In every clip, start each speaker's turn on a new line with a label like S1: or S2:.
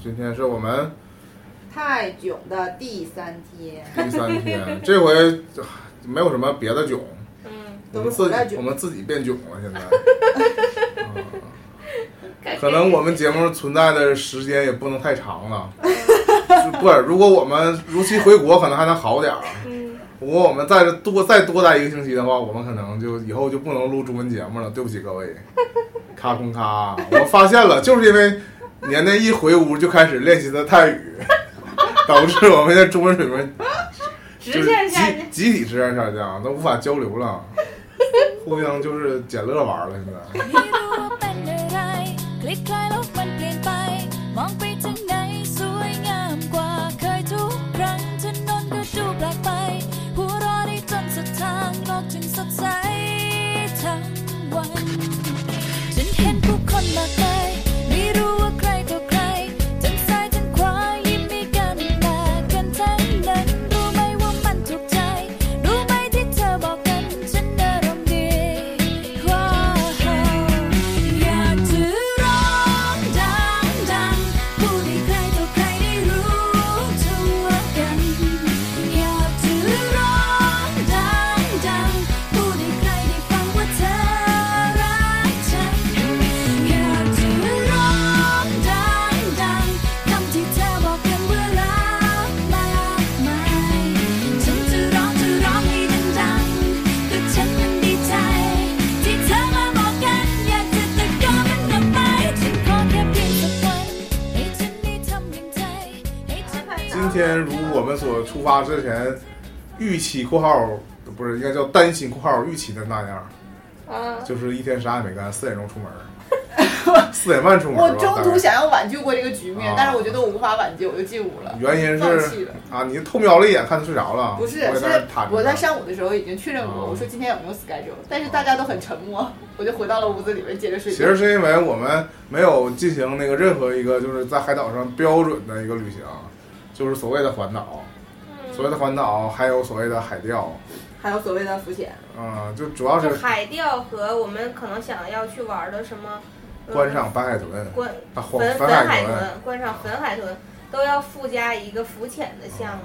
S1: 今天是我们
S2: 泰囧的第三天，
S1: 第三天，这回没有什么别的囧，
S3: 嗯，
S1: 我
S2: 都
S1: 们
S2: 是
S1: 自
S2: 古代
S1: 己
S2: 囧
S1: 我们自己变囧了，现在。啊 可能我们节目存在的时间也不能太长了，就不是，如果我们如期回国，可能还能好点儿。
S3: 嗯，
S1: 如果我们再多再多待一个星期的话，我们可能就以后就不能录中文节目了。对不起各位，咔空咔，我发现了，就是因为年年一回屋就开始练习的 泰语，导致我们的中文水平就
S3: 直
S1: 是
S3: 线下
S1: 集
S3: 去，
S1: 集体直线下降，都无法交流了，互相就是捡乐玩了。现在
S4: ไม่รู้ว่าเป็นอะไรคลิกคลายแล้วมันเปลี่ยนไป มองไปทางไหนสวยงามกว่าเคยทุกครั้งถนนก็ดูแปลกไป หัวเรอได้จนสุดทางโลกจึงสดใสทั้งวัน ฉันเห็นผู้คนมากมายไม่รู้ว่าใครต่อใครทั้งซ้ายทั้งขวายิ้มให้กันมากันทั้งนั้น รู้ไหมว่ามันถูกใจ รู้ไหมที่เธอบอกกัน ฉันอารมณ์ดีว้าวอยากจะร้องดังๆพูดให้ใครต่อใครได้รู้ทั่วกัน อยากจะร้องดังๆพูดให้ใครได้ฟังว่าเธอรักฉัน อยากจะร้องดังๆคำที่เธอบอกกันเวลามากมายฉันจะร้องจะร้องให้ดังๆก็ฉันมันดีใจ ที่เธอมาบอกกันอยากจะตะโกนมันออกไปฉันขอแค่เพียงสักวันให้ฉันได้ทำอย่างใจให้ฉันได้
S1: 今天如我们所出发之前预期（括号不是应该叫担心（括号预期的那样，
S2: 嗯
S3: 啊，
S1: 就是一天啥也没干，四点钟出门， 四点半出门吧。
S2: 我中途
S1: 大概
S2: 想要挽救过这个局面
S1: 啊，
S2: 但是我觉得我无法挽救，我就进屋了。
S1: 原因
S2: 放弃
S1: 是
S2: 了
S1: 啊，你偷瞄了一眼，看他睡着了。
S2: 不是，
S1: 我也
S2: 是
S1: 在那躺着。
S2: 我在上午的时候已经确认过，
S1: 哦
S2: 我说今天有没有 schedule，但是大家都很沉默， 我就回到了屋子里面接着睡
S1: 其
S2: 觉。
S1: 实是因为我们没有进行那个任何一个就是在海岛上标准的一个旅行，就是所谓的环岛，
S2: 嗯
S1: 所谓的环岛，还有所谓的海钓，
S2: 还有所谓的浮潜，
S1: 啊、就主要
S3: 嗯就是海钓和我们可能想要去玩的什么嗯
S1: 观赏白海豚、
S3: 观
S1: 啊黄
S3: 粉
S1: 粉
S3: 粉
S1: 海
S3: 海豚，观赏粉海豚都要附加一个浮潜的项目。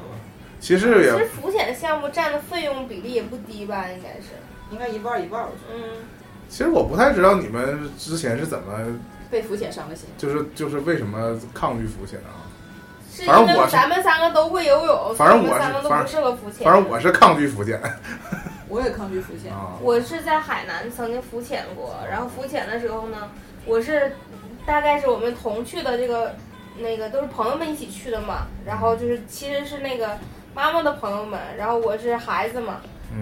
S1: 其实
S3: 其实
S1: 也
S3: 浮潜项目占的费用比例也不低吧，应该是。
S2: 应该一半儿一半儿，我觉
S3: 嗯，
S1: 其实我不太知道你们之前是怎么
S2: 得被浮潜伤了心。
S1: 就是就是为什么抗拒浮潜啊？
S3: 是
S1: 反正
S3: 因
S1: 我
S3: 为
S1: 是
S3: 咱们三个都会游泳，
S1: 反正
S3: 所以
S1: 我
S3: 们
S1: 是
S3: 三个都
S1: 反
S3: 不
S1: 正
S3: 适合浮潜。
S1: 反正我是抗拒浮潜
S2: 我也抗拒浮潜，
S1: 啊。
S3: 我是在海南曾经浮潜过，然后浮潜的时候呢，我是大概是我们同去的这个那个都是朋友们一起去的嘛，然后就是其实是那个妈妈的朋友们，然后我是孩子嘛，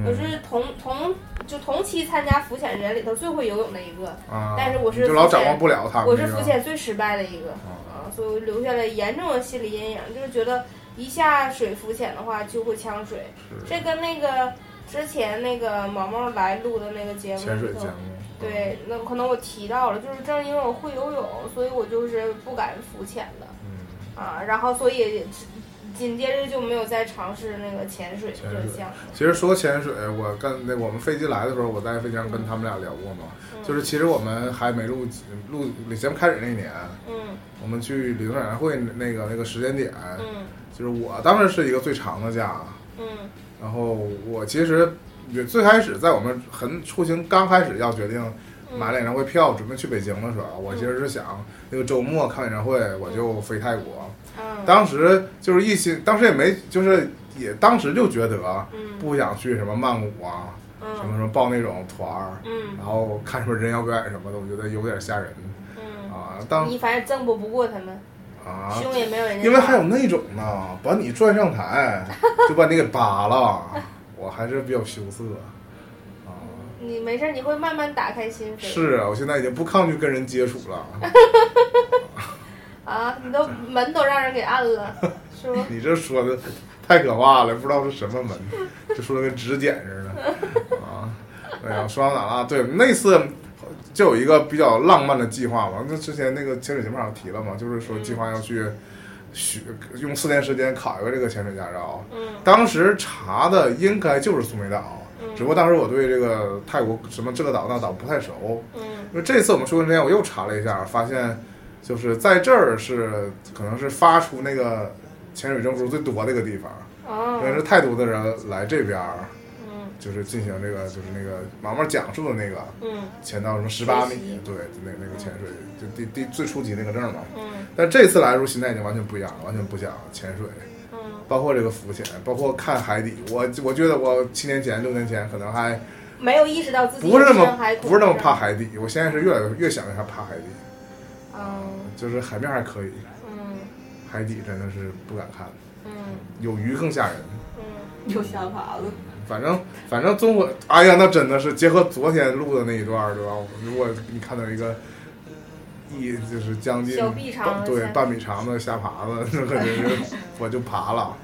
S3: 我
S1: 嗯
S3: 是同同就同期参加浮潜人里头最会游泳的一个，
S1: 啊，
S3: 但是我是
S1: 你就老掌握不了他们。
S3: 我是浮。潜最失败的一个
S1: 啊哦
S3: 啊，所以我留下了严重的心理阴影，就是觉得一下水浮潜的话就会呛水，这跟那个之前那个毛毛来录的那个节目
S1: 潜水
S3: 里头
S1: 节目。啊
S3: 对，那可能我提到了，就是正因为我会游泳，所以我就是不敢浮潜的
S1: 嗯，
S3: 啊，然后所以紧接着就没有再尝试那个潜水这
S1: 潜
S3: 个
S1: 水
S3: 项目。
S1: 其实说潜水，我跟那我们飞机来的时候，我在飞机上跟他们俩聊过嘛，
S3: 嗯
S1: 就是其实我们还没录录节目开始那年，
S3: 嗯
S1: 我们去理论展览会那个那个时间点，
S3: 嗯
S1: 就是我当时是一个最长的假，
S3: 嗯
S1: 然后我其实也最开始在我们很出行刚开始要决定买了演唱会票准备去北京的时候，我
S3: 嗯
S1: 其实是想那个周末看演唱会我就飞泰国，
S3: 嗯
S1: 当时就是一心，当时也没就是也当时就觉得
S3: 嗯
S1: 不想去什么曼谷啊，什么
S3: 嗯
S1: 什么报那种团儿，
S3: 嗯
S1: 然后看什么人妖表演什么的，我觉得有点吓人
S3: 嗯，
S1: 啊。当
S3: 你反正争驳不过他们，
S1: 啊，
S3: 胸也没有人家大。
S1: 因为还有那种呢，把你拽上台就把你给扒了，我还是比较羞涩啊。
S3: 你没事儿，你会慢慢打开心扉。
S1: 是啊，我现在已经不抗拒跟人接触了。
S3: 啊，你都门都让人给按 了，是不？
S1: 你这说的太可怕了，不知道是什么门，就说的跟指点似的啊。哎呀，说到哪了？对，那次就有一个比较浪漫的计划嘛。那之前那个潜水节目上提了嘛，就是说计划要去学，用四年时间考一个这个潜水驾照。
S3: 嗯
S1: 当时查的应该就是苏梅岛，
S3: 嗯
S1: 只不过当时我对这个泰国什么这个岛那岛不太熟。
S3: 嗯
S1: 因为这次我们出国之前，我又查了一下，发现就是在这儿是可能是发出那个潜水证书最多的一个地方，
S3: 哦
S1: 因，为是太多的人来这边儿，
S3: 嗯
S1: 就是进行这个就是那个毛毛讲述的那个
S3: 嗯
S1: 潜到什么十八
S3: 学
S1: 米
S3: 习，
S1: 对，那那个潜水就第第最初级那个证嘛。
S3: 嗯
S1: 但这次来的时候心态已经完全不一样了，完全不想潜水，
S3: 嗯，
S1: 包括这个浮潜，包括看海底。我我觉得我七年前、六年前可能还
S3: 没有意识到自己
S1: 不是那么
S3: 深海恐
S1: 不是那么
S3: 惧
S1: 怕。海底，我现在是越来越越想越害怕海底，
S3: 嗯
S1: 就是海面还可以，
S3: 嗯
S1: 海底真的是不敢看，
S3: 嗯
S1: 有鱼更吓人。
S3: 嗯，
S2: 有想法了。
S1: 反正反正综合，哎呀，那真的是结合昨天录的那一段儿，对吧？如果你看到一个一就是将近
S3: 小臂长的
S1: 半对
S3: 虾
S1: 半米长的虾爬子，那可能是我就爬了。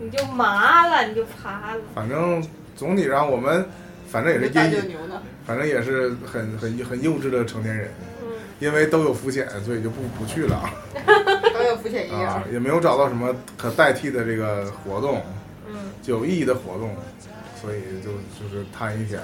S3: 你就麻了，你就爬了。
S1: 反正总体上我们反正也是
S2: 大舅
S1: 因，
S2: 牛呢？
S1: 反正也是很很很幼稚的成年人，
S3: 嗯
S1: 因为都有浮潜，所以就不不去了
S2: 都有浮潜衣
S1: 啊，也没有找到什么可代替的这个活动，
S3: 嗯
S1: 有意义的活动，所以就就是瘫一天。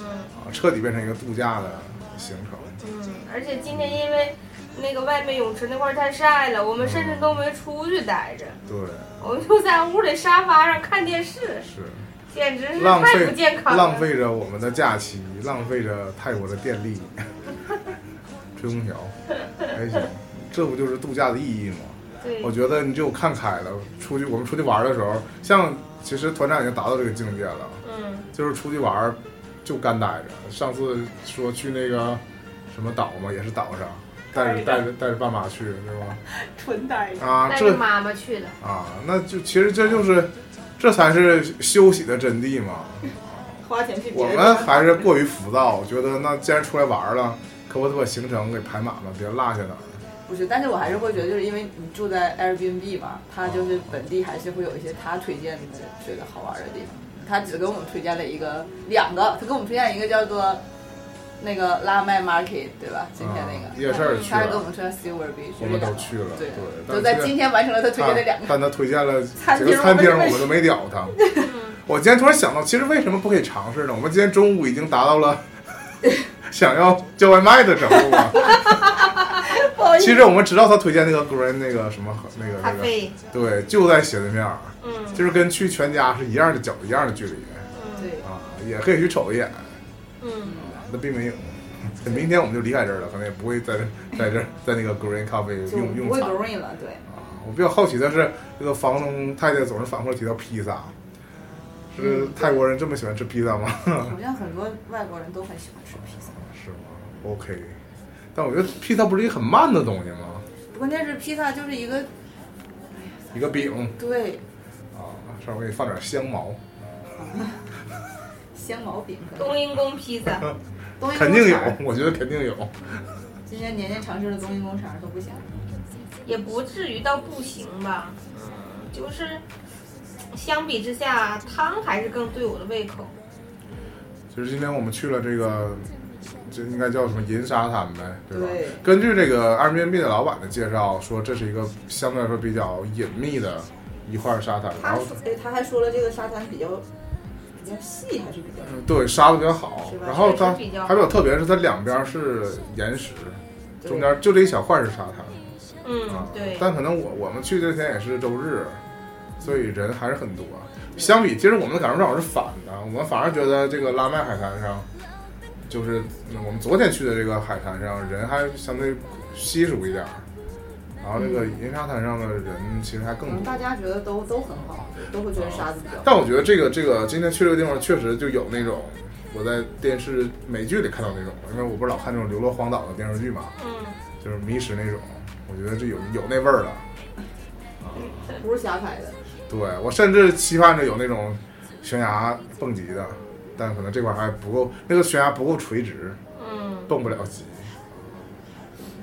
S3: 嗯
S1: 啊，彻底变成一个度假的行程。
S3: 嗯，而且今天因为那个外面泳池那块儿太晒了，我们甚至都没出去待着，
S1: 对，
S3: 我们就在屋里沙发上看电视，
S1: 是
S3: 简直是
S1: 浪
S3: 太
S1: 费
S3: 不健康了。
S1: 浪费着我们的假期，浪费着泰国的电 力，吹空调，还行，这不就是度假的意义吗？
S3: 对，
S1: 我觉得你只有看开了，出去我们出去玩的时候，像其实团长已经达到这个境界了，
S3: 嗯
S1: 就是出去玩儿就干待着。上次说去那个什么岛嘛，也是岛上，带着带着带着爸妈去是
S2: 纯呆
S1: 吧？啊，
S3: 带
S1: 这
S3: 着妈妈去的。
S1: 啊，那就其实这就是，这才是休息的真谛嘛。
S2: 花钱去
S1: 我
S2: 别人
S1: 们还是过于浮躁，我觉得那既然出来玩儿了，可我得把行程给排满了，别落下哪儿。
S2: 不是，但是我还是会觉得，就是因为你住在 Airbnb 嘛，他
S1: 啊
S2: 就是本地还是会有一些他推荐的觉得好玩的地方。他只给我们推荐了一个两个，他给我们推荐一个叫做那个拉麦 Market，对吧？今天那个、
S1: 啊夜市儿去
S2: 他还给我
S1: 了，
S2: 们推荐 Silver Beach，
S1: 我们都去了，
S2: 对，
S1: 对，
S2: 都在
S1: 但是
S2: 今天完成了他推荐的两
S1: 啊
S2: 个。
S1: 但他推荐了
S2: 餐
S1: 几个
S2: 厅
S1: 餐厅，
S2: 我们嗯
S1: 我都没屌他。 我今天突然想到，其实为什么不可以尝试呢？我们今天中午已经达到 了想要叫外卖的程度了。
S2: 不好意思
S1: 其实我们知道他推荐那个 Green 那个什么那个
S3: 咖
S1: 那个，
S3: 啡，
S1: 对，就在斜对面儿。
S3: 嗯
S1: 就是跟去全家是一样的角一样的距离
S3: 嗯
S2: 对，
S1: 啊，也可以去瞅一眼，
S3: 嗯，
S1: 那并没有。 明天我们就离开这儿了，可能也不会在这在这在那个 Green Coffee
S2: 就
S1: 用
S2: 不
S1: 用
S2: 会
S1: 餐
S2: green 了，对。
S1: 啊。我比较好奇的是，这个房东太太总是反复提到披萨，啊是泰国人这么喜欢吃披萨吗？
S2: 好像很多外国人都很喜欢吃披萨，
S1: 是吗？OK，但我觉得披萨不是一个很慢的东西吗？
S2: 关键是披萨就是一个
S1: 一个饼
S2: 对
S1: 啊，上面给你放点香茅，
S2: 香茅饼可能。
S3: 冬阴功披萨，
S2: 冬阴功
S1: 肯定有
S2: 肠，
S1: 我觉得肯定有。
S2: 今天年年尝试的冬阴功肠都不行。
S3: 也不至于到不行吧。嗯，就是相比之下，汤还是更对我的胃口。
S1: 就是今天我们去了这个，这应该叫什么银沙滩呗，对吧？
S2: 对
S1: 根据这个 Airbnb 的老板的介绍，说这是一个相对来说比较隐秘的一块沙滩，然
S2: 他
S1: 后
S2: 说，哎，他还说了这个沙滩比较比较细，还是比较
S1: 嗯对沙子比较好
S2: 是，吧
S1: 然后它
S3: 确实比较好
S1: 还比较特别，是它两边是岩石，
S2: 对
S1: 中间就这一小块是沙滩啊
S3: 嗯，。对，
S1: 但可能我我们去这天也是周日，所以人还是很多。相比，其实我们的感受正好是反的，我们反而觉得这个拉麦海滩上，就是我们昨天去的这个海滩上，人还相对稀疏一点儿。然后这个
S3: 嗯
S1: 银沙滩上的人其实还
S2: 可
S1: 更啊
S2: 能
S1: 多
S2: 大，家觉得都都很好，都会觉得沙子比较好。
S1: 但我觉得这个这个今天去这个地方确实就有那种我在电视美剧里看到那种，因为我不是老看那种流落荒岛的电视剧嘛，
S3: 嗯，
S1: 就是迷失那种，我觉得这有有那味儿了。
S2: 不是瞎拍的，
S1: 对我甚至期盼着有那种悬崖蹦极的，但可能这块还不够，那个悬崖不够垂直，
S3: 嗯，
S1: 蹦不了极，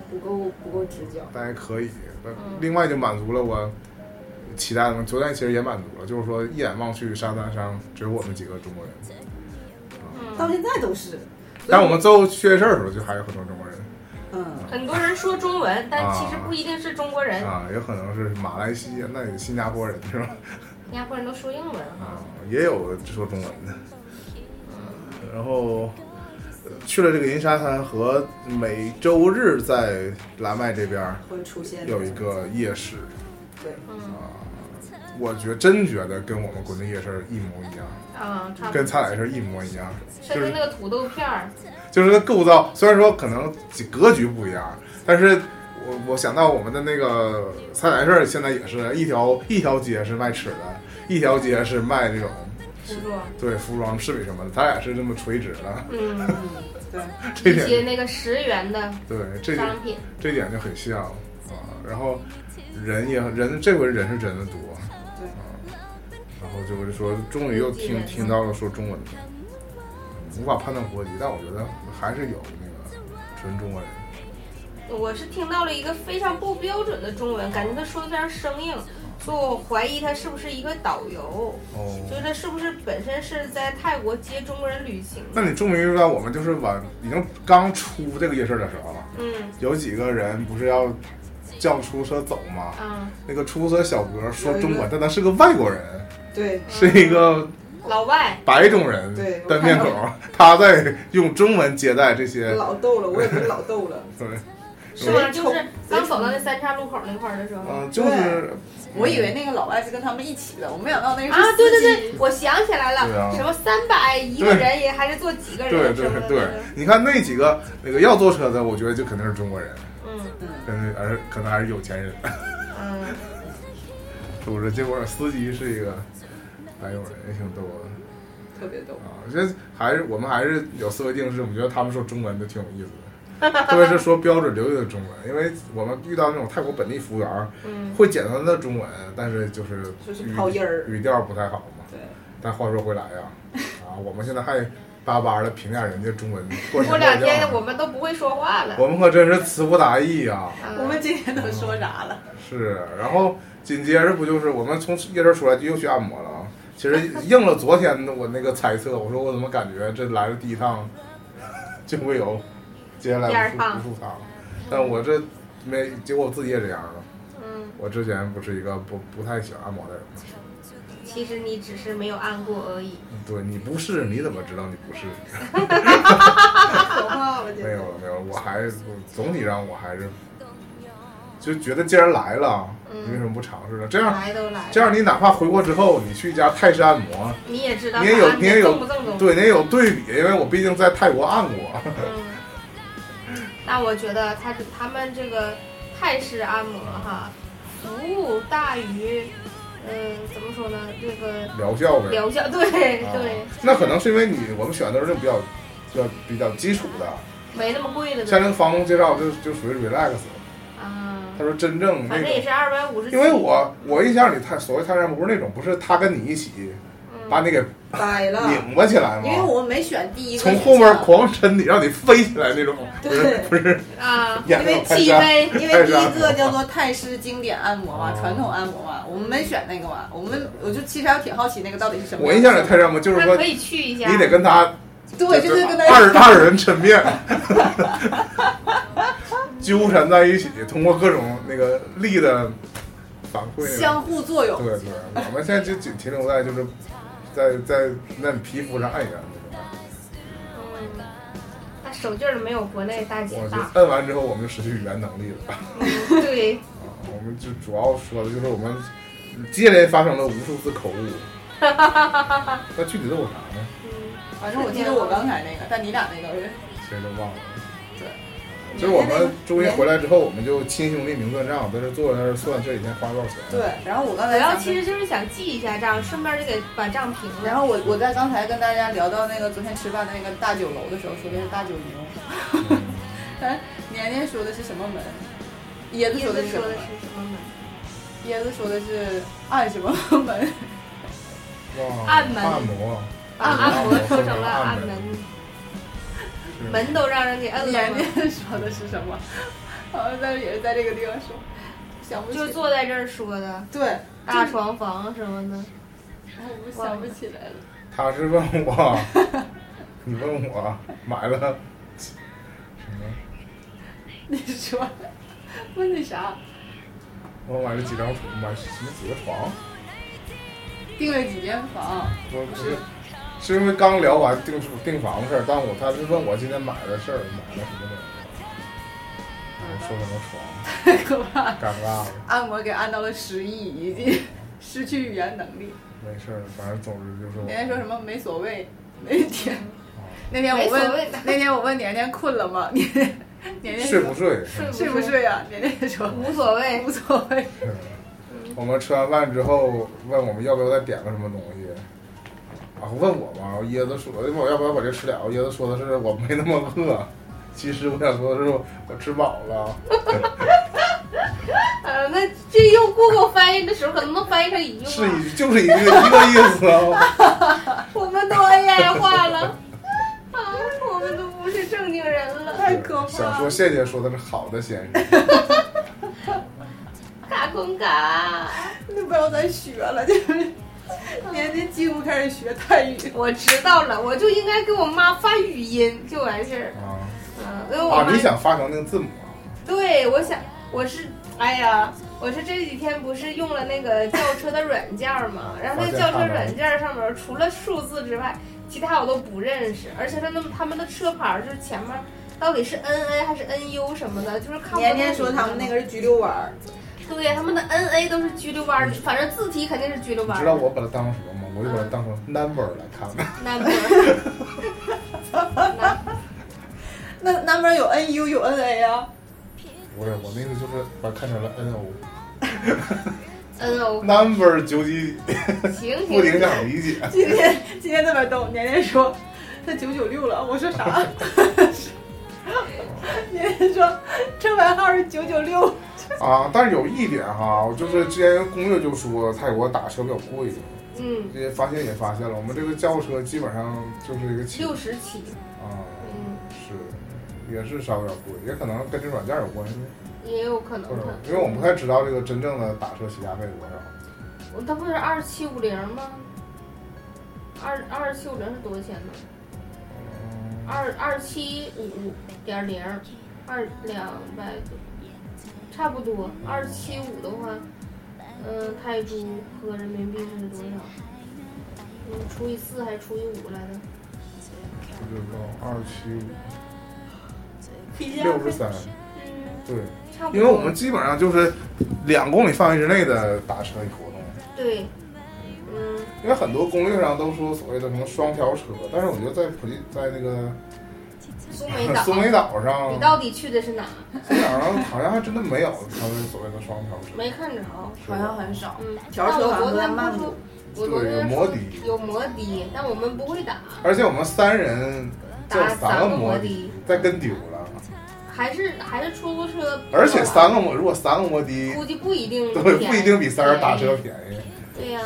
S2: 不够不够直角。
S1: 但还可以。但另外就满足了我期待的，昨天其实也满足了，就是说一眼望去沙滩上只有我们几个中国人，
S3: 嗯
S2: 到现在都是，
S1: 但我们最后去夜市的时候就还有很多中国人
S2: 嗯，
S3: 很多人说中文，但其实不一定是中国人，
S1: 啊啊，也可能是马来西亚、那也新加坡人是吧？
S3: 新加坡人都说英文哈。
S1: 啊啊，也有说中文的。然后去了这个银沙滩河，每周日在蓝麦这边
S2: 会出现
S1: 有一个夜市，啊
S2: 对，
S3: 嗯
S1: 我觉真觉得跟我们国内夜市一模一样，
S3: 啊，差不多
S1: 跟。菜来市一模一样，
S3: 甚
S1: 就
S3: 至
S1: 是
S3: 那个土豆片儿，
S1: 就是它构造虽然说可能几格局不一样，但是我我想到我们的那个菜来市现在也是一条一条街是卖吃的，一条街是卖这种
S3: 辅助，
S1: 对服装饰品什么的，咱俩是这么垂直的，
S3: 嗯，
S2: 嗯，对，
S1: 这
S3: 一些
S1: 点
S3: 那个十元的
S1: 对这点
S3: 商品，
S1: 这点就很像啊。然后人也人这回人是真的多，
S2: 对
S1: 啊。然后就是说，终于又听听到了说中文的，无法判断国籍，但我觉得还是有那个纯中国人。
S3: 我是听到了一个非常不标准的中文，感觉他说的非常生硬，所以我怀疑他是不是一个导游，就
S1: 哦，
S3: 是他是不是本身是在泰国接中国人旅行的，
S1: 那你终于知道我们就是晚已经刚出这个夜市的时候了，
S3: 嗯
S1: 有几个人不是要叫出租车走吗？
S3: 啊，
S1: 那个出租车小哥说中文，但他是个外国人，
S2: 对，
S1: 是一个
S3: 老外，
S1: 白种人
S2: 嗯对我
S1: 的
S2: 看
S1: 面
S2: 到
S1: 孔，他在用中文接待这些
S2: 老逗了，我也被老 逗了。
S1: 对，
S3: 是吧？就是刚走到那三岔路口那块儿的时候。
S1: 嗯、就是
S2: 我以为那个老外是跟他们一起的，我没想到那个是
S3: 啊，对对
S2: 司机
S3: 对，我想起来
S1: 对啊
S3: 了，什么三百一个人也还是坐几个
S1: 对
S3: 人什么
S1: 嗯对
S3: 的，
S1: 对，你看那几个那个要坐车的，我觉得就肯定是中国人，
S3: 嗯
S1: 可能而可能还是有钱人，
S3: 嗯，
S1: 是不是？结果司机是一个白种人，也挺逗的
S2: 特别逗。
S1: 啊。我觉得还是我们还是有思维定式，我们觉得他们说中文就挺有意思的，特别是说标准流利的中文，因为我们遇到那种泰国本地服务员，
S3: 嗯
S1: 会简单的中文，但是就是
S2: 就是
S1: 语
S2: 跑音儿
S1: 语调不太好嘛。
S2: 对，
S1: 但话说回来呀，啊，我们现在还巴巴的评价人家中文，过
S3: 过两天我
S1: 我
S3: 们都不会说话了。
S1: 我们可真是词不达意啊！
S3: 嗯
S2: 我们今天都说啥了？
S1: 是，然后紧接着不就是我们从夜市出来就又去按摩了啊？其实应了昨天的我那个猜测，我说我怎么感觉这来了第一趟 就会有接下
S3: 第
S1: 来
S3: 二
S1: 不
S3: 趟
S1: 不复趟，但我这没结果我自己也这样了。
S3: 嗯，
S1: 我之前不是一个不不太喜欢按摩的人吗？
S3: 其实你只是没有按过而已。
S1: 对你不是，你怎么知道你不是？
S2: 可怕了，简
S1: 没
S2: 直
S1: 有。了，没有了，我还是总体上我还是就觉得既然来了，
S3: 嗯
S1: 你为什么不尝试呢？这样
S3: 来都来了，
S1: 这样，你哪怕回国之后，你去一家泰式按摩，
S3: 你也知道
S1: 你也有
S3: 他
S1: 你也有
S3: 正不正宗。
S1: 对你也有对比，因为我毕竟在泰国按过。
S3: 嗯，那我觉得他他们这个泰式按摩哈，服务大于，嗯、怎么说呢？这个
S1: 疗效呗，
S3: 疗效，对对、
S1: 啊那可能是因为你我们选的都是比较比较比较基础的，
S3: 没那么贵的
S1: 像
S3: 呗。
S1: 那个房东介绍就就属于 relax，
S3: 啊
S1: 他，说真正那
S3: 反正也
S1: 种，
S3: 是二百五十。
S1: 因为我我印象里泰所谓泰式按摩不是那种，不是他跟你一起把
S3: 嗯，
S1: 你给
S2: 掰了，
S1: 拧巴起来吗？
S2: 因为我没选第一个，
S1: 从后面狂抻你，让你飞起来那种，不是
S2: 对
S1: 不是
S3: 啊，
S1: 演
S2: 因
S1: 那
S2: 为
S1: 种泰
S2: 第一
S1: 式按
S2: 杯， 因为第一
S1: 泰式按摩
S2: 个叫做泰式经典按摩嘛，
S1: 哦
S2: 传统按摩嘛，我们没选那个嘛，我们我就其实还挺好奇那个到底是什么。
S1: 我印象里泰式按摩就是
S3: 那
S1: 说
S3: 可以去一下。
S1: 你得跟他
S2: 对，就是跟
S1: 二
S2: 他
S1: 二人抻面，纠缠在一起，通过各种那个力的反馈，
S2: 相互作
S1: 对
S2: 用。
S1: 对，我们现在就仅停留在就是在在那皮肤上按一按。
S3: 嗯，那手劲儿没有国内大姐
S1: 我就
S3: 大。
S1: 摁完之后，我们就失去语言能力了。
S3: 嗯对，
S1: 啊，我们就主要说的就是我们接连发生了无数次口误。那具体都有啥呢？
S3: 嗯，
S2: 反正我记得我刚才那个，但你俩那个是
S1: 谁都忘了。
S2: 对，
S1: 就是我们终于回来之后，我们就亲兄弟明算账，在这坐在那儿算这几天花多少钱。啊
S2: 对。然后我刚
S3: 主
S2: 才
S3: 要
S2: 想
S3: 其实就是想记一下账，顺便就给把账平了。
S2: 然后我我在刚才跟大家聊到那个昨天吃饭的那个大酒楼的时候，说的是大酒牛，
S1: 嗯
S2: 但是年年说的是什么门？椰子
S3: 意
S2: 说
S3: 思
S2: 的是什
S3: 说
S2: 么
S3: 的
S2: 门？
S3: 是什么门？
S2: 椰子说的是按什么门？
S1: 哇
S3: 按门
S1: 按摩，
S3: 啊，按摩说成了按
S1: 门
S3: 门，门都让人给摁了
S2: 年
S3: 吗，
S2: 年说的是什么？ 好像在也是在这个地方说，想不起
S3: 就坐在这儿说的，
S2: 对，
S3: 大床房什么的。
S2: 我想不起来了。
S1: 他是问我，你问我买了什么？
S2: 你说，问你啥？
S1: 我买了几张床，买什么几个床？
S2: 订了几间房？
S1: 不是不是，是因为刚聊完订订房的事儿，但我他是问我今天买的事儿，买了什么东西，我说什么床，
S2: 太可怕了！
S1: 尴尬了，
S2: 按摩给按到了十亿，已经 失去语言能力。
S1: 没事儿，反正总之就是我。
S2: 你还说什么没所谓？那天
S1: 啊？
S2: 那天我
S3: 没
S2: 问
S3: 所谓吧
S2: 那天我问年年困了吗？ 年年年年
S1: 睡
S2: 说
S1: 不睡？
S2: 睡不睡啊？年年说
S3: 无所 谓
S2: 无，所谓。
S1: 是我们吃完饭之后，问我们要不要再点个什么东西，啊，问我嘛，椰子说，哎问我要不要把这吃了，椰子说的是我没那么饿，其实我想说的是我吃饱了，
S3: 呃，那这用 Google 翻译的时候，可能能翻译成一句
S1: 是
S3: 话。
S1: 一就是一个一个意思啊，
S3: 我们都 AI 化 了，啊，我们都不是正经人了，
S2: 太可怕了
S1: 想说谢谢说的是好的先生，
S3: 卡空卡。
S2: 那 不要再学了， 就是年年几乎开始学泰语。
S3: 我知道了，我就应该给我妈发语音就完事儿。
S1: 啊
S3: 嗯，因为我妈、
S1: 啊，你想发成那个字母啊，
S3: 对，我想我是，哎呀，我是这几天不是用了那个轿车的软件儿嘛，然后那轿车软件儿上面除了数字之外，其他我都不认识，而且他们他们的车牌儿就是前面到底是 N A 还是 N U 什么的，就是看不
S2: 年年说他们那
S3: 个，
S2: 个是焗溜丸儿，
S3: 对，他们的 N A 都是居溜弯儿，反正字体肯定是居溜
S1: 你
S3: 弯
S1: 知道
S3: 儿。
S1: 我把它当成什么吗？我就把它当成 number 来看的，
S3: number，
S2: 那那边有 NU 有 NA 啊，
S1: 不是我那个就是把它看成了 n o
S3: N O，
S1: number 究竟
S3: 行
S1: 不影
S3: 行，
S1: 响理解，
S2: 今天今天特别逗，年年说他九九六了，我说啥？ 年年说车牌号是九九六，
S1: 啊，但是有一点哈，我就是之前攻略就说泰国打车比较贵，
S3: 嗯，
S1: 这些发现也发现了，我们这个轿车基本上就是一个起
S3: 六十起，
S1: 啊，
S3: 嗯，
S1: 是也是稍微有点贵，也可能跟这软件有关系，
S3: 也有可能
S1: 或者
S3: 的。
S1: 因为我们不太知道这个真正的打车起价费是多少，
S3: 我它不是二七五零吗？二二七五零是多少钱呢？
S1: 嗯
S3: 二二七五点零，二两百多，差不多。二七五的话，嗯、泰铢和人民币是多少？嗯，除以四还是除以五来着？
S1: 不知道二七五六十
S2: 六
S1: 三，
S3: 嗯，
S1: 对，
S3: 差不多。
S1: 因为我们基本上就是两公里范围之内的打车活动。
S3: 对，嗯，
S1: 因为很多攻略上都说所谓的什么双条车，但是我觉得在普吉在那个
S3: 苏梅 岛，
S1: 苏梅岛上，
S3: 你到底去的是哪？
S1: 这两上好像还真的没有他们所谓的双条车，
S3: 没看着。
S2: 好像很少。
S3: 嗯，
S2: 条
S3: 但
S2: 车
S3: 我
S2: 好像
S3: 昨
S2: 都在
S3: 天
S2: 曼
S3: 不
S2: 谷
S3: 出，我昨
S1: 对有
S3: 天
S1: 摩
S3: 说
S1: 的
S3: 有摩的，但我们不会打。
S1: 而且我们三人叫
S3: 打
S1: 三
S3: 三
S1: 个
S3: 个摩
S1: 摩
S3: 的
S1: 的，再跟丢了，
S3: 还是还是出租车比较好，
S1: 而且三个摩如果三个摩的，
S3: 估计不一定
S1: 对
S3: 便宜
S1: 不一定比三人打车。便宜。
S3: 对呀、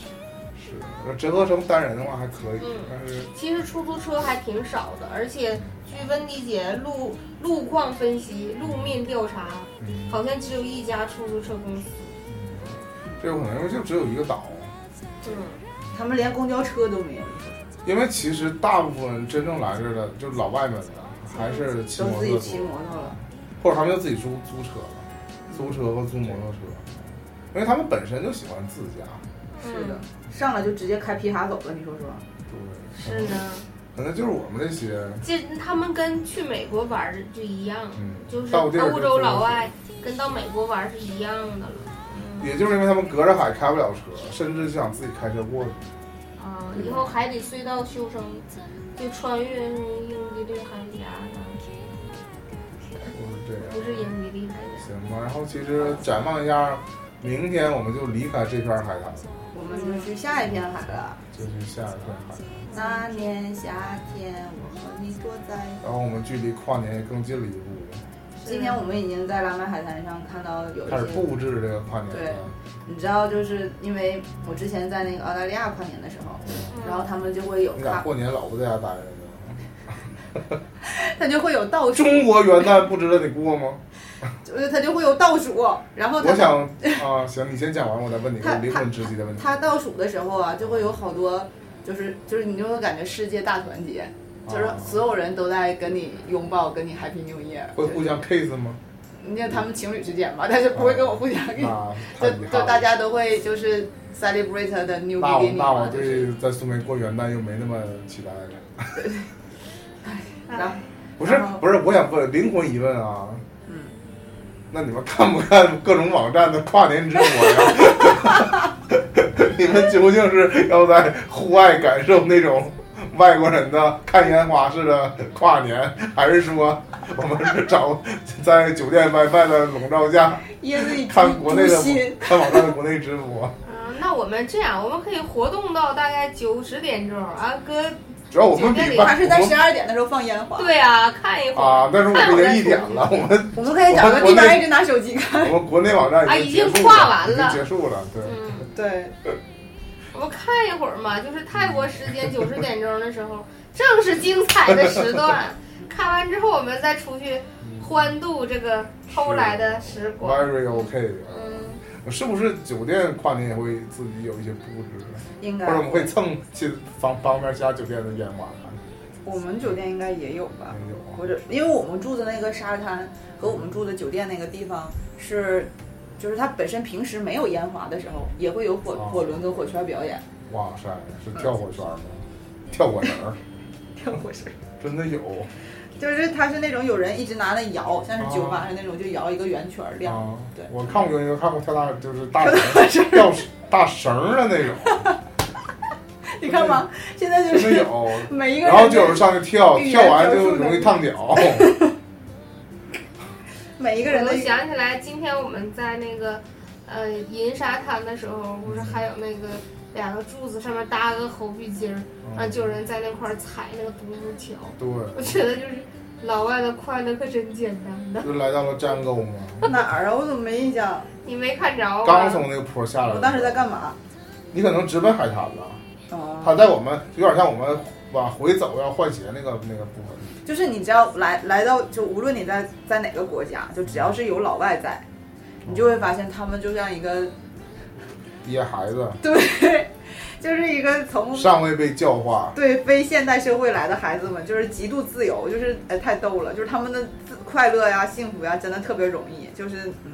S1: 是折合成单人的话还可以
S3: 嗯，
S1: 但是
S3: 其实出租车还挺少的，而且据温迪姐路路况分析、路面调查，
S1: 嗯，
S3: 好像只有一家出租车公司。
S1: 这有可能因为就只有一个岛，
S3: 嗯，
S2: 他们连公交车都没有，
S1: 因为其实大部分真正来这儿的，就是老外们的，还是骑
S2: 都
S1: 摩
S2: 自
S1: 托
S2: 己
S1: 车
S2: 骑
S1: 多，
S2: 摩托了。
S1: 或者他们就自己租租车了，租车和租摩托车，因为他们本身就喜欢自驾，
S3: 嗯
S2: 是的，上来就直接开皮卡走了，你说说。
S1: 对，
S3: 是呢，
S1: 可能就是我们这些，
S3: 这他们跟去美国玩儿就一样，
S1: 嗯，
S3: 就是
S1: 到地儿
S3: 欧洲老外跟到美国玩儿是一样的了。嗯
S1: 也就是因为他们隔着海开不了车，甚至就想自己开车过去。
S3: 啊，以后海底隧道修成，就穿越英吉利海峡了，
S1: 就是这
S3: 不
S1: 样。
S3: 是英吉利海峡。
S1: 行吧，然后其实展望一下，明天我们就离开这片海滩，
S2: 我们就去下一片海了。
S1: 就去下一片海滩。
S2: 那年夏天，我和你坐在。
S1: 然后我们距离跨年也更近了一步，
S2: 今天我们已经在拉曼海滩上看到有一
S1: 开始
S2: 些，
S1: 布置这个跨年了。
S2: 你知道，就是因为我之前在那个澳大利亚跨年的时候，
S3: 嗯
S2: 然后他们就会有
S1: 你咋
S2: 看，
S1: 过年老不在家待着呢？
S2: 他就会有倒数，
S1: 中国元旦不值得你过吗？
S2: 就是他就会有倒数，然后
S1: 我
S2: 他
S1: 想啊，行，你先讲完，我再问你一个灵魂直击的问题。
S2: 他倒数的时候啊，就会有好多，就是就是你就会感觉世界大团结，就是
S1: 啊
S2: 所有人都在跟你拥抱，跟你 Happy New Year，
S1: 会互相 kiss 吗？
S2: 你看他们情侣之间吧，但是不
S1: 啊
S2: 会跟我互相给，
S1: 那太
S2: 就
S1: 遗
S2: 就
S1: 憾
S2: 大
S1: 了。
S2: 家都会就是 celebrate 他的 new
S1: 那我
S2: beginning
S1: 那我
S2: 嘛，就是
S1: 对在苏梅过元旦又没那么期待了。
S3: 嗯
S2: 然后
S1: 不是
S2: 然后
S1: 不是，我想问灵魂疑问啊。
S2: 嗯。
S1: 那你们看不看各种网站的跨年直播呀？ 你们究竟是要在户外感受那种外国人的看烟花式的跨年，还是说我们是找在酒店 WiFi 的笼罩下
S2: 椰子已
S1: 看国内的
S2: 心，
S1: 看网站的国内直播？
S3: 嗯，那我们这样，我们可以活动到大概九十点钟啊，哥，
S1: 主要我们比
S2: 他
S1: 外
S2: 是在
S1: 我
S2: 十二点的时候放烟花。
S3: 对啊，看一会儿
S1: 啊，但是我们已经一点了，我 们
S2: 我们可以找个地方一直拿手机看。
S1: 我们国内网站
S3: 啊
S1: 已
S3: 已
S1: 经
S3: 经
S1: 结束
S3: 跨完
S1: 已经
S3: 了
S1: 结束了，对。
S3: 嗯，
S2: 对，
S3: 我们看一会儿嘛，就是泰国时间九十点钟的时候，正是精彩的时 段。看完之后，我们再出去
S1: 嗯
S3: 欢度这个偷来的时光。
S1: Very OK，
S3: 嗯，
S1: 是不是酒店跨年也会自己有一些布置，
S2: 应
S1: 或
S2: 该
S1: 者我们会蹭去旁旁边其他酒店的烟花看？
S2: 我们酒店应该也有吧，
S1: 没有啊，
S2: 或者因为我们住的那个沙滩和我们住的酒店那个地方是，就是它本身平时没有烟花的时候，也会有火
S1: 哦
S2: 火轮跟火圈表演，
S1: 哇塞，是跳火圈吗？跳火绳儿，
S2: 这回事。
S1: 真的有
S2: 就是它是那种有人一直拿那摇，像是酒
S1: 哦
S2: 吧上那种就摇一个圆圈儿亮。
S1: 啊
S2: 对！
S1: 我看过有人看过跳大，就是大绳吊大绳儿的那种，
S2: 你看吧，现在 就
S1: 真的
S2: 是
S1: 有。
S2: 每一个
S1: 然后
S2: 人
S1: 就有
S2: 的
S1: 人上去跳，
S2: 语言
S1: 跳完
S2: 描
S1: 就
S2: 述能
S1: 容易
S2: 力
S1: 烫脚。
S2: 每一个
S3: 我
S2: 人的
S3: 都想起来，今天我们在那个呃银沙滩的时候，不是还有那个两个柱子上面搭个猴皮筋儿，然
S2: 啊
S3: 后就有人在那块儿踩那个独木桥。
S1: 对，
S3: 我觉得就是老外的快乐可真简单的，
S1: 就来到了战沟嘛，
S2: 哪儿啊？我怎么没印象？
S3: 你没看着啊
S1: 刚从那个坡下来。
S2: 我当时在，干嘛？
S1: 你可能直奔海滩了。
S2: 哦，
S1: 他在我们有点像我们往回走要换鞋那个那个部分，
S2: 就是你只要来来到，就无论你在在哪个国家，就只要是有老外在，你就会发现他们就像一个
S1: 憋孩子
S2: 对，就是一个从
S1: 尚未被教化，
S2: 对非现代社会来的孩子们，就是极度自由，就是哎太逗了，就是他们的自快乐呀、幸福呀，真的特别容易，就是嗯，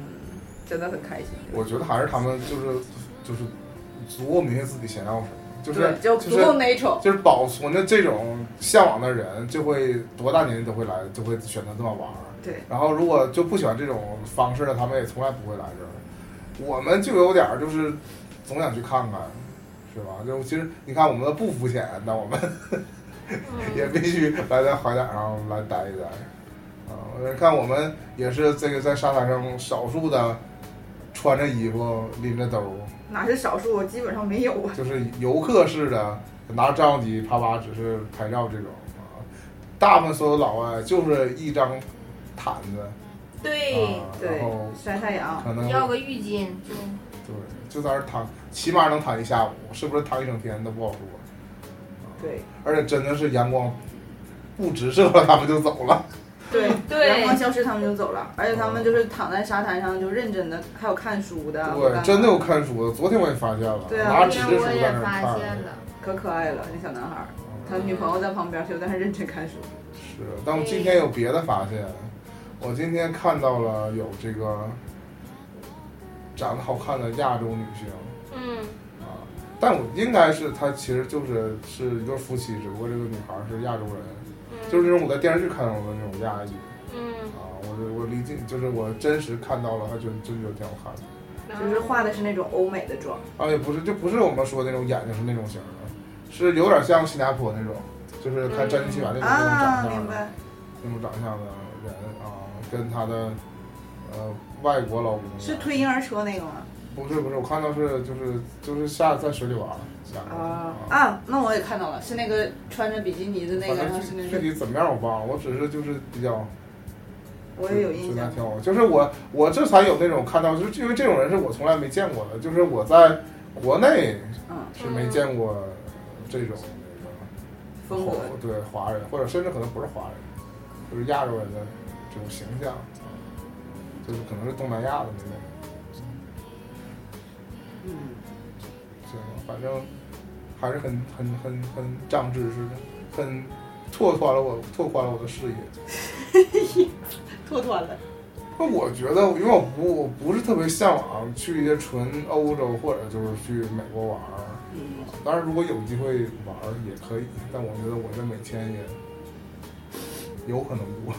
S2: 真的很开心。
S1: 我觉得还是他们就是就是足够明确自己想要什么，就
S2: 对
S1: 是，
S2: 就足够
S1: 是
S2: natural，
S1: 就是保存着这种向往的人，就会多大年纪都会来，就会选择这么玩儿。
S2: 对，
S1: 然后如果就不喜欢这种方式的，他们也从来不会来这儿。我们就有点儿就是总想去看看，是吧？就其实你看我们不肤浅，但我们
S3: 嗯
S1: 也必须来在海岛上来待一待。啊，我看我们也是这个在沙滩上少数的穿着衣服拎着兜儿，
S2: 哪是少数，我基本上没有啊。
S1: 就是游客式的拿着照相机啪啪只是拍照这种啊。大部分所有老外就是一张毯子。
S3: 哎对，
S1: 啊，
S2: 对
S1: 然后，
S2: 晒太阳，
S1: 可能
S3: 要个浴巾，就
S1: 对，就在那儿躺，起码能躺一下午，是不是躺一整天都不好说。
S2: 对
S1: 而且真的是阳光不直射了，他们就走了。
S2: 对。
S1: 嗯
S3: 对
S2: 阳光消失，他们就走了，而且他们就是躺在沙滩上就认真的，还有看书
S3: 啊
S2: 的，或干嘛
S1: 对，真的有看书的，昨天我也发现了，
S2: 对啊
S1: 拿纸
S3: 今
S1: 质
S3: 天
S1: 书
S3: 我
S1: 在
S3: 也
S1: 那儿
S3: 发
S1: 看。
S3: 现了，
S2: 可可爱了，那小男孩儿，他女朋友在旁边就在那认真看书，
S1: 是，但我今天有别的发现，我今天看到了有这个长得好看的亚洲女性
S3: 嗯，
S1: 啊，但我应该是她其实就是是一对夫妻，只不过这个女孩是亚洲人，
S3: 嗯
S1: 就是那种我在电视剧看到的那种亚裔。
S3: 嗯，
S1: 啊，我这我理解，就是我真实看到了，还真真觉得挺好看的。
S2: 就是画的是那种欧美的妆，
S1: 啊，也不是，就不是我们说的那种眼睛是那种型儿的，是有点像新加坡那种，就是看《战争起源》那种那种
S2: 啊，
S1: 长相
S2: 明
S1: 的，
S2: 白，
S1: 那种长相的人啊，跟他的呃外国老公
S2: 是推婴儿车那个吗？
S1: 不是不是，我看到是就是就是下在水里玩儿下面
S2: 啊啊，那我也看到了，是那个穿着比基尼的那
S1: 反
S2: 个，然后
S1: 正
S2: 是
S1: 具
S2: 那
S1: 具体
S2: 个，
S1: 怎么样我忘了，我只是就是比较，
S2: 我也有
S1: 觉
S2: 印
S1: 得
S2: 象
S1: 还，挺好。就是我我这才有那种看到，就是因为这种人是我从来没见过的，就是我在国内
S2: 嗯，
S1: 是没见过这种那
S2: 风
S1: 个
S2: 格
S1: 华，对华人，或者甚至可能不是华人，就是亚洲人的这种形象，就是可能是东南亚的那种。
S2: 嗯，
S1: 行，反正还是很很很很长知识的，很拓宽了我拓宽了我的视野。
S2: 拓宽了，
S1: 那我觉得，因为我不我不是特别向往去一些纯欧洲或者就是去美国玩儿，
S2: 嗯，
S1: 当然如果有机会玩儿也可以，但我觉得我这美签也有可能不，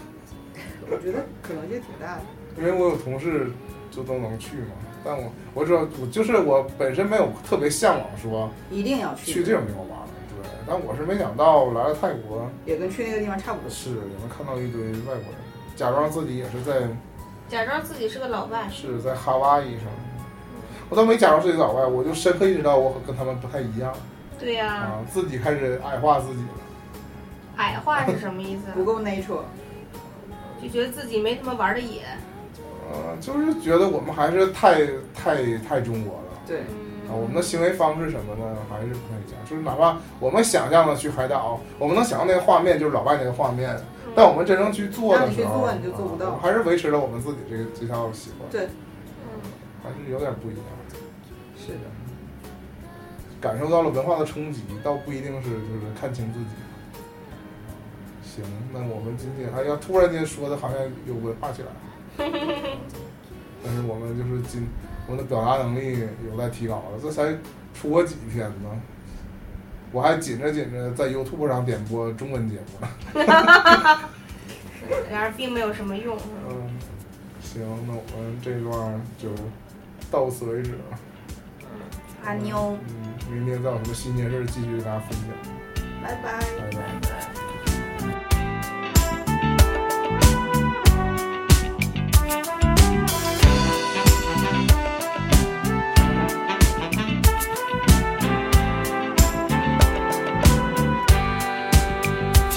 S2: 我觉得可能性挺大的。
S1: 因为我有同事就都能去嘛，但我我知道我就是我本身没有特别向往说
S2: 一定要去，
S1: 去这种地方玩儿，对，但我是没想到来了泰国
S2: 也跟去那个地方差不多。
S1: 是也能看到一堆外国人，假装自己也是在
S3: 假装自己是个老外，
S1: 是在哈哇伊上，我倒没假装自己老外，我就深刻意识到我跟他们不太一样
S2: 嗯
S3: 对呀、
S1: 啊，自己开始矮化自己了。
S3: 矮化是什么意思？啊
S2: 不够 natural，
S3: 就觉得自己没他妈玩的野。
S1: 呃，就是觉得我们还是太太太中国了
S2: 对，
S3: 嗯
S1: 啊，我们的行为方式什么的还是不太一样。就是哪怕我们想象的去海岛，我们能想到那个画面就是老外那个画面，但我们真正去做的时候，
S2: 嗯让你去做你就做不到
S1: 啊我们还是维持了我们自己这个这套习惯，
S3: 嗯
S1: 还是有点不一样。
S2: 是的，
S1: 感受到了文化的冲击，倒不一定是就是看清自己。行，那我们今天哎呀，突然间说的好像有文化起 来，但是我们就是今我们的表达能力有待提高了，这才出国几天呢，我还紧着紧着在 YouTube 上点播中文节目呢。
S3: 然而并没有什么用，是吗
S1: 嗯，行，那我们这段就到此为止了。
S3: 阿妞。
S1: 嗯，明天再有什么新鲜事儿继续给大家分享，
S2: 拜拜。
S1: 拜拜。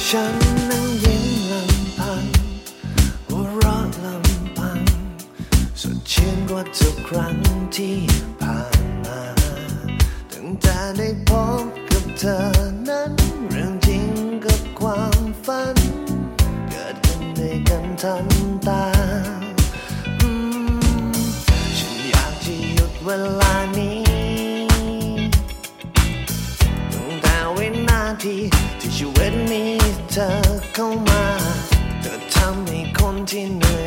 S5: ฉันนั้นยิ้มลำพันหัวเราะลำพันสดชื่นกว่าทุกครั้งที่ผ่านมาตั้งแต่ได้พบกับเธอนั้น เรื่องจริงกับความฝัน เกิดขึ้นในกันทันตาอืมฉันอยากจะหยุดเวลานี้ ตั้งแต่วินาทีที่ชีวิตมีเธอเข้ามา เธอทำให้คนที่เหนื่อย